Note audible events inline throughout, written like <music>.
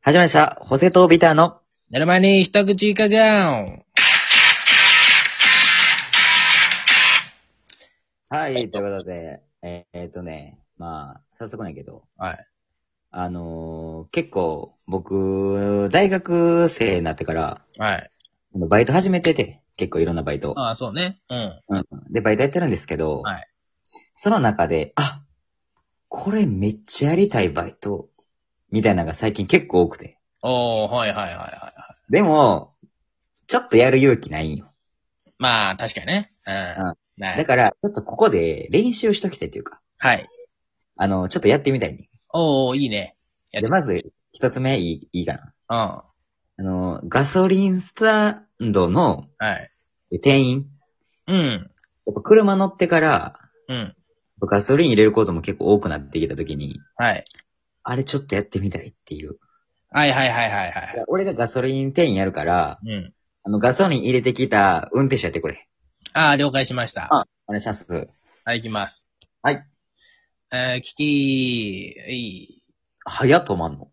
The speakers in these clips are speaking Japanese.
始まりました。ホセとビターの、寝る前に一口いかがん。はい、はいということで、えーえーっとね、まあ、早速なんやけど、はい。あのー結構、僕、大学生になってから、はい。あのバイト始めてて、結構いろんなバイト。ああ、そうね。うん。うん。で、バイトやってるんですけど、はいその中で、あ、これめっちゃやりたいバイト、みたいなのが最近結構多くて。おー、はいはいはいはでも、ちょっとやる勇気ないんよ。い。まあ、確かにね。うん。うんなだから、ちょっとここで練習しときたいというか、はい。あの、ちょっとやってみたいね。おー、いいね。やってで、まず、一つ目いい、いいかな。うん。はあの、ガソリンスタンドのい。え店員。うん。やっぱ車乗ってから、うん。ガソリン入れることも結構多くなってきたときに、はい。あれちょっとやってみたいっていう。はいはいはいはいはい。俺がガソリン店員やるから、うん。あの、ガソリン入れてきた運転手やってくれ。ああ、了解しました。あお願いします。はい、行きます。はい。えー、聞き、いい。早止まんの。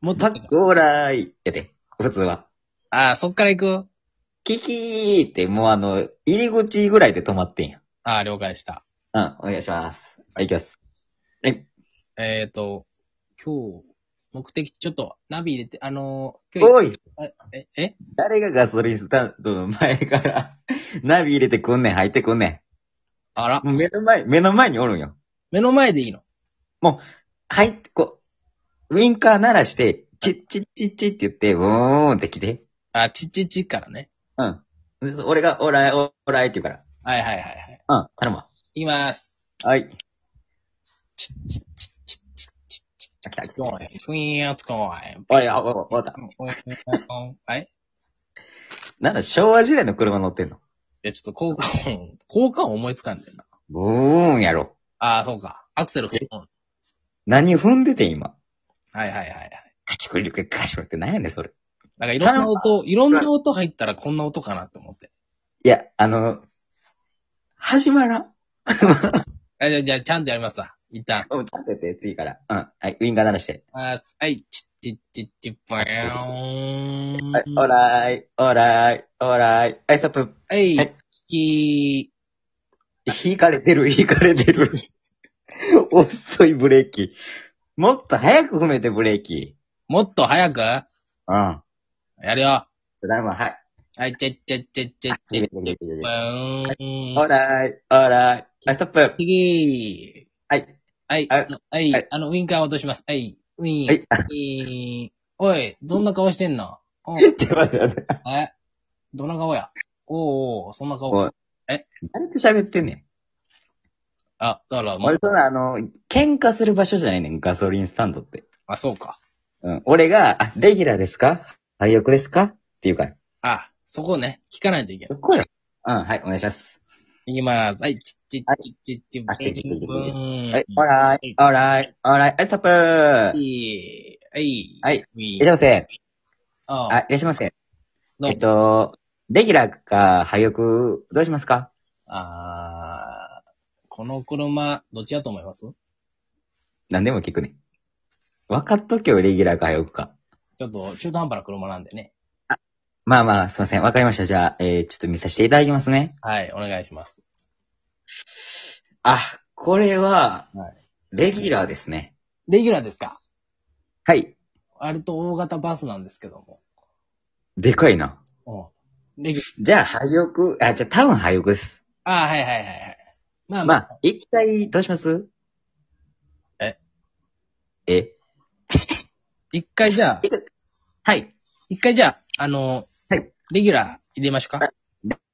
もっとバックオーライやって、普通は。ああ、そっから行くキキーってもうあの、入り口ぐらいで止まってんや。ああ、了解した。うん、お願いします。はい、行きます。はい。えっ、ー、と、今日、目的、ちょっと、ナビ入れて、あのー、今おい日、え、ええ誰がガソリンスタンドの前から、ナビ入れてくんねん、入ってくんねあらん。、もう目の前、目の前におるんよ。目の前でいいの入って、こう、ウィンカー鳴らして、チッチッチッチッって言って、ウーンって来て。あ、ちっちっちからね。うん。で俺が、オーライ、オーライって言うかはいはいはいはい。ら。うん、頼むわ。いきます。はい。ちっちっちっちっちっちっち来た来ったち。ごい。ふいーつこい。おい、あ、お、お、お、た。はい。なんだ、昭和時代の車乗ってんのいや、ちょっと効果音、効果音思いつかんでんな。ブーンやろ。ああ、そうか。アクセル踏む。何踏んでてん、今。はいはいはいはい。カチクリクリカチクリって何やねん、それ。なんかいろんな音、いろんな音入ったらこんな音かなって思って。いや、あの、始まらん。あじゃあ、じゃあ、ちゃんとやりますわ。一旦。うん、ちょっとやって、次から。うん。はい、ウィンカー鳴らして。あーはい、ちっちっちっちっぽよーん。はい、オーライ、オーライ、オーライ。アイサップ、はいはい、き引かれてる、引かれてる。遅いブレーキ。もっと早く踏めて、ブレーキ。ー、もっと早くやうん。るよ。だもん、はい。はい、ちゃっちゃっちゃっちゃっちゃっちゃっちオゃっーライ、オーライ。アイサップ、次。はい。はい、ああの、はいはい、あの、ウィンカー落とします。はい、ウィはンい。いい。おい、どんな顔してんのおうちょ、待って待って。えどんな顔やおうおうそんなお顔い。誰と喋ってんねん。あ、だから、も俺う、そんな、あの、喧嘩する場所じゃないねん、ガソリンスタンドって。あ、そうか。うん。俺が、あ、レギュラーですか配役ですかって言うから。あ、そこね、聞かないといけなどい。こよ。うん、はい、お願いします。いきます。はい、ちっちっちっちっちっあちっちっちっちーんはい、オーライ、オーライ、オーライ。アイサップいはい。はいウィいらン。っしゃいませ。ああ、いらっしゃいませ。どえうっもと、レギュラーか、配役、どうしますかあーこの車、どっちだと思います何でも聞くね。分かっとけよ、レギュラーか、配役か。ちょっと中途半端な車なんでね。まあまあ、すいません。わかりました。じゃあ、えー、ちょっと見させていただきますね。はい、お願いします。あ、これははい、レギュラーですね。レギュラーですかはい。割と大型バスなんですけどでかいな。も。うん。レギュじゃあ、配役、あ、じゃあ、多分配役です。ラー。ああ、はいはいはいはい。まあままあ、あ、一回、どうしますええ一回じゃあ、はい。一回じゃあ、あの、はいレギュラー入れましょうか。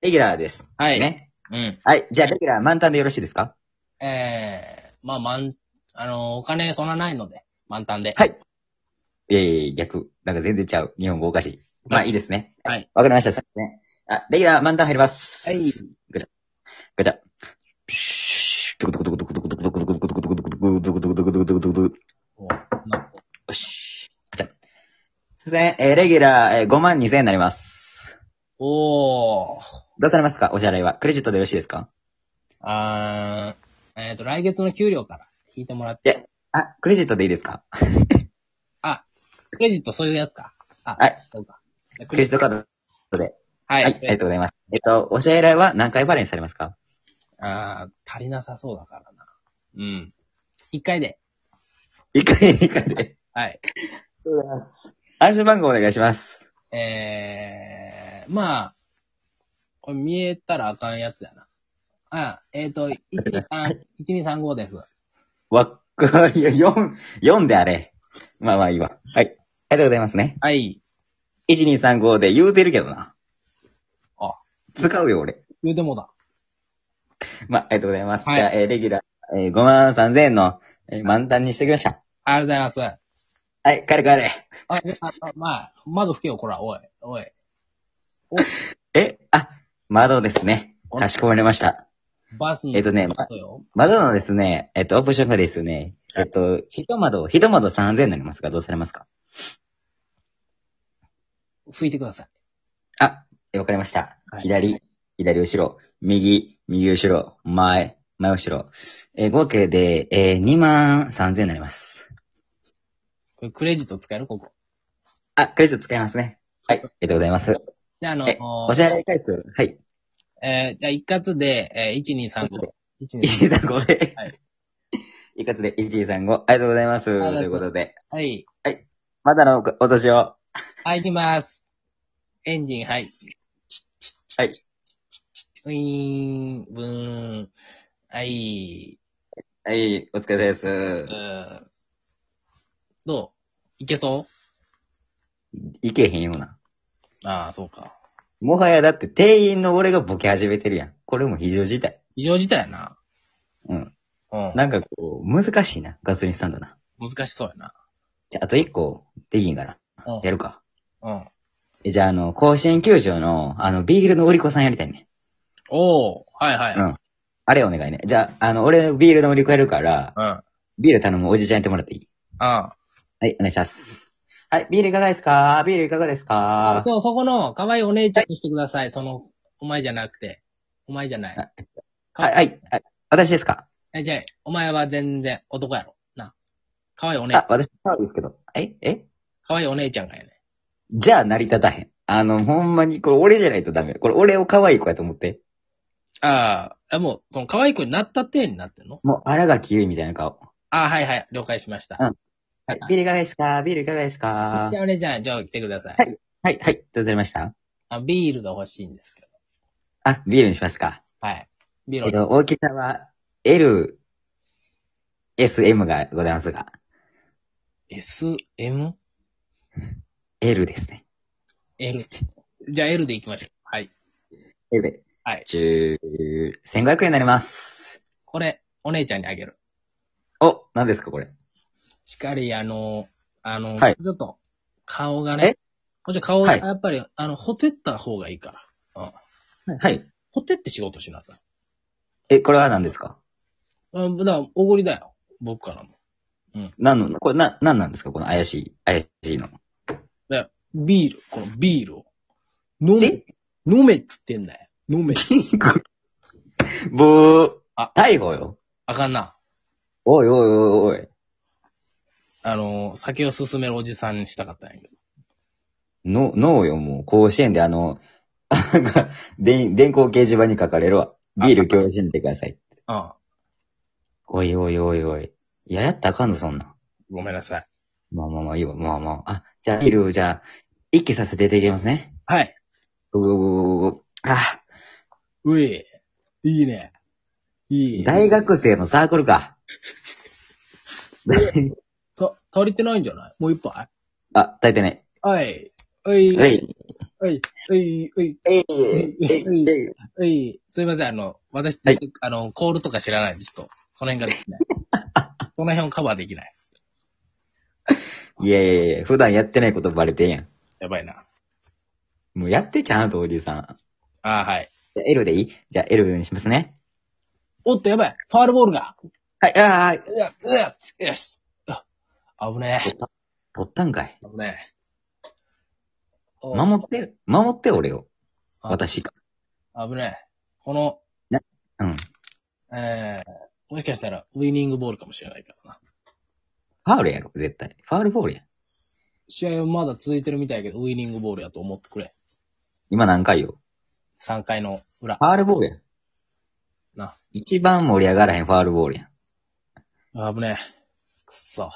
レギュラーです。はい。ね。うん。はい。じゃあ、レギュラー満タンでよろしいですかええまあ、満あの、お金そんなないので、満タンで。はい。えー、逆。なんか全然ちゃう。日本語おかしい。まあいいですね。はい。わかりました。すいません。あ、レギュラー満タン入ります。はい。ガチャ。ピシュー。ドクドクドクドクドクドクドクドクドクドクドクドクドクドクドクドクドクドクドクおなよし。ガチャ。すいません。えー、レギュラー、えー、5万2千円になります。おー。どうされますかお支払いは。クレジットでよろしいですかあー、えっ、と、来月の給料から引いてもらって。あ、クレジットでいいですかクレジットそういうやつか。あ、はい。そうか。ククレジットカード。ははい、い。ありがとうございます。えっと、お支払いは何回バレにされますかああ、足りなさそうだからな。うん。一回で。一回、一回で。はい。ございます。暗証番号お願いします。えー、まあ、これ見えたらあかんやつやな。あえっ、ー、と、123、1235です。わっかり、4、4であれ。まあまあいいわ。はい。ありがとうございますね。はい。 1235で言うてるけどな。あ。使うよ、俺。言うてもだ。まあ、ありがとうございます。はいじゃあ、えーレギュラー、えー、5万3000円の、えー満タンにしてきました。ありがとうございます。はい、彼彼。あ、でああまあ、窓拭けよ、こら、おい、おい。え、あ、窓ですね。かしこまりました。バスに。えっとねバスよ。窓のですね、えっと、オプションがですね、えっと、一窓、一窓3000円になりますが、どうされますか拭いてください。あ、えわかりました。はい左、左後ろ、右、右後ろ、前、前後ろ。えー合計で、えー、2万3000円になります。これクレジット使えるここ。あ、クレジット使いますね。はい、ありがとうございます。じゃあ、あの、え、お支払い回数、はい、えーじゃあ一括で、えー、1235。123 1235で。 <laughs> はい。一括で1235、ありがとうございます。とがとういうことで、はい。まだのおお年を。はい、行きます。エンジン、はい。はい。ウィーン、ブーン。はい。はい、お疲れ様ですう。ーどういけそいけへんような。うああ、そうか。もはやだって店員の俺がボケ始めてるやん。これも非常事態。異常事態やな。うん。うん。なんかこう、難しいな。ガソリンスタンドな。難しそうやな。じゃあ、あと一個、できんかな。うんやるか。うん。えじゃあ、あの、甲子園球場の、あの、ビールの売り子さんやりたいね。おー、はいはい。ううん。ん。あれお願いね。じゃあ、あの、俺、ビールの売り子やるから、あビール頼むおじちゃんやってもらっていいあ。はい、お願いします。はい、ビールいかがですかビールいかがですかそう、そこの、可愛いお姉ちゃんにしてください。その、お前じゃなくて。お前じゃない。はい、はい、はい私ですかえ、じゃあ、お前は全然男やろ。な。可愛いお姉あ、、私、そうですけど。ええ可愛いお姉ちゃんがやね。じゃあ、成り立たへん。あの、ほんまに、これ俺じゃないとダメ。これ俺を可愛い子やと思って。ああ、えもう、その可愛い子になったってになってんのもう、荒垣結衣みたいな顔。ああ、はいはい。了解しました。うんはい、ビールいかがですかビールいかがですかじゃあ、お姉ちゃん、じゃあ来てください。はいはい、はい、どうございましたあ、ビールが欲しいんですけど。あ、ビールにしますか。はい。ビーえっルを。と、大きさは L、S、M がございますが、 S、M、 L ですね。 L。じゃあ L で行きましょう。はい。 L で。はい10、1500円になります。これ、お姉ちゃんにあげる。お、何ですかこれ。しっかり、あの、あの、はいちょっと、顔がね。もちろん顔が、はいやっぱり、あの、ほてった方がいいから。はい。ほてって仕事しなさい。え、これは何ですかうん、だから、おごりだよ。僕からも。何の、これな、何なんですかこの怪しい、怪しいの。ビール、このビールを。飲めえ、飲めっつってんだよ。飲 <laughs> め。ぼー、あ逮捕よ。あかんな。おいおいおいおい。あの、酒を勧めるおじさんにしたかったんやけど。の、脳よ、もう。甲子園であの、なんか、でん電光掲示板に書かれるわ。ビール強心でください。ああ、おいおいおいおい。いや、やったらあかんぞ、そんなん。ごめんなさい。まあまあまあ、いいわ、まあまあ。あ、じゃあ、ビール、じゃあ、一気させていただきますね。はい。うううううあ、うえ、いいね。いい。大学生のサークルか。と、足りてないんじゃないもう一杯あ、足りてない。はい。おい、ははい、い。おい、おい、おい、えい、えい、えい。おい、すいません、あの、私、はいあの、コールとか知らないんで、ちょっと、その辺がで <laughs> きない。その辺をカバーできない。いやいやいや、普段やってないことバレてんやん。やばいな。もうやってちゃうと、おじさん。ああ、はい。じゃあ L でいいじゃあ、L にしますね。おっと、やばい。ファールボールが。はい、ああ、うわ、うわ、よし。あ危ねえ。取ったんかい。危ねえ。お守って、守って、俺を。あ私か。危ねえ。この、うん。えー、もしかしたらウィニングボールかもしれないからな。ファールやろ、絶対。ファールボールやん。試合はまだ続いてるみたいやけど、ウイニングボールやと思ってくれ。今何回よ3回の裏。ファールボールやん。な。一番盛り上がらへんファールボールやん。あぶねえ。くっそ。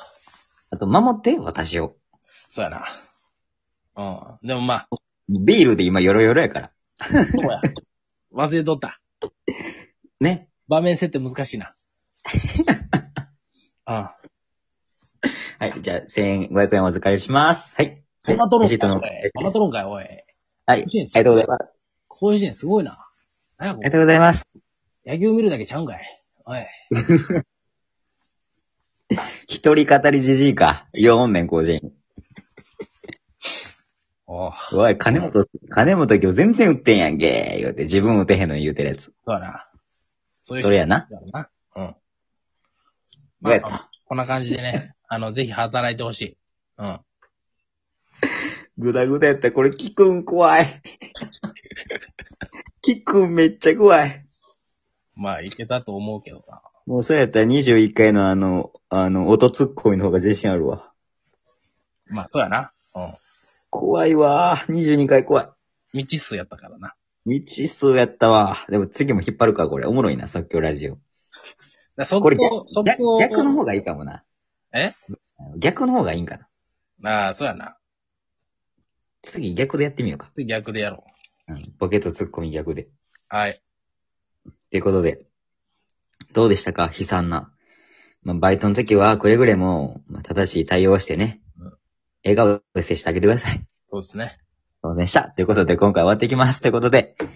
あと、守って、私を。そうやな。うん。でもまあ、ビールで今、ヨロヨロやから。そうや。忘れとった。ね。場面設定難しい <laughs> な。ああ。はい。じゃあ、1500円お預かりします。はい。そんな取るレシんーかトい、のおい。そんな取るんかい、おはい。い。ありがとうございます。あ甲子園すごいな。なんやりこがれとうございます。野球見るだけちゃうんかい。おい。一人語りじじいか。4年高人。おう。おい、金本、金本今日全然売ってんやんけ。言うて、自分打てへんのに言うてるやつ。そうやな。そういうそれやな。やろな。うん。どうまやっあ、こんな感じでね、 <laughs> あの、ぜひ働いてほしい。うん。ぐだぐだやった。これ、キくん怖い。 <laughs> キくんめっちゃ怖い。まあ、いけたと思うけどな。もうそれやったら21回のあの、あの、音ツッコミの方が自信あるわ。まあ、そうやな。うん。怖いわー。22回怖未知数やったからな。だかい。未知数やったわ。でも次も引っ張るか、これ。おもろいな、即興ラジオ。らそこれこ、そ逆こ、逆の方がいいかもな。え逆の方がいいんかな。ああ、そうやな。次逆でやってみようか。次逆でやろう。うん。ボケとツッコミ逆で。はい。ということで、どうでしたか悲惨な。まあ、バイトの時はくれぐれも、まあ、正しい対応をしてねうん、笑顔で接してあげてください。そうですね。当然した。ということで、今回終わっていきます。ということで、あり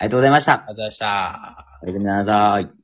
がとうございました。ありがとうございました。おやすみなさい。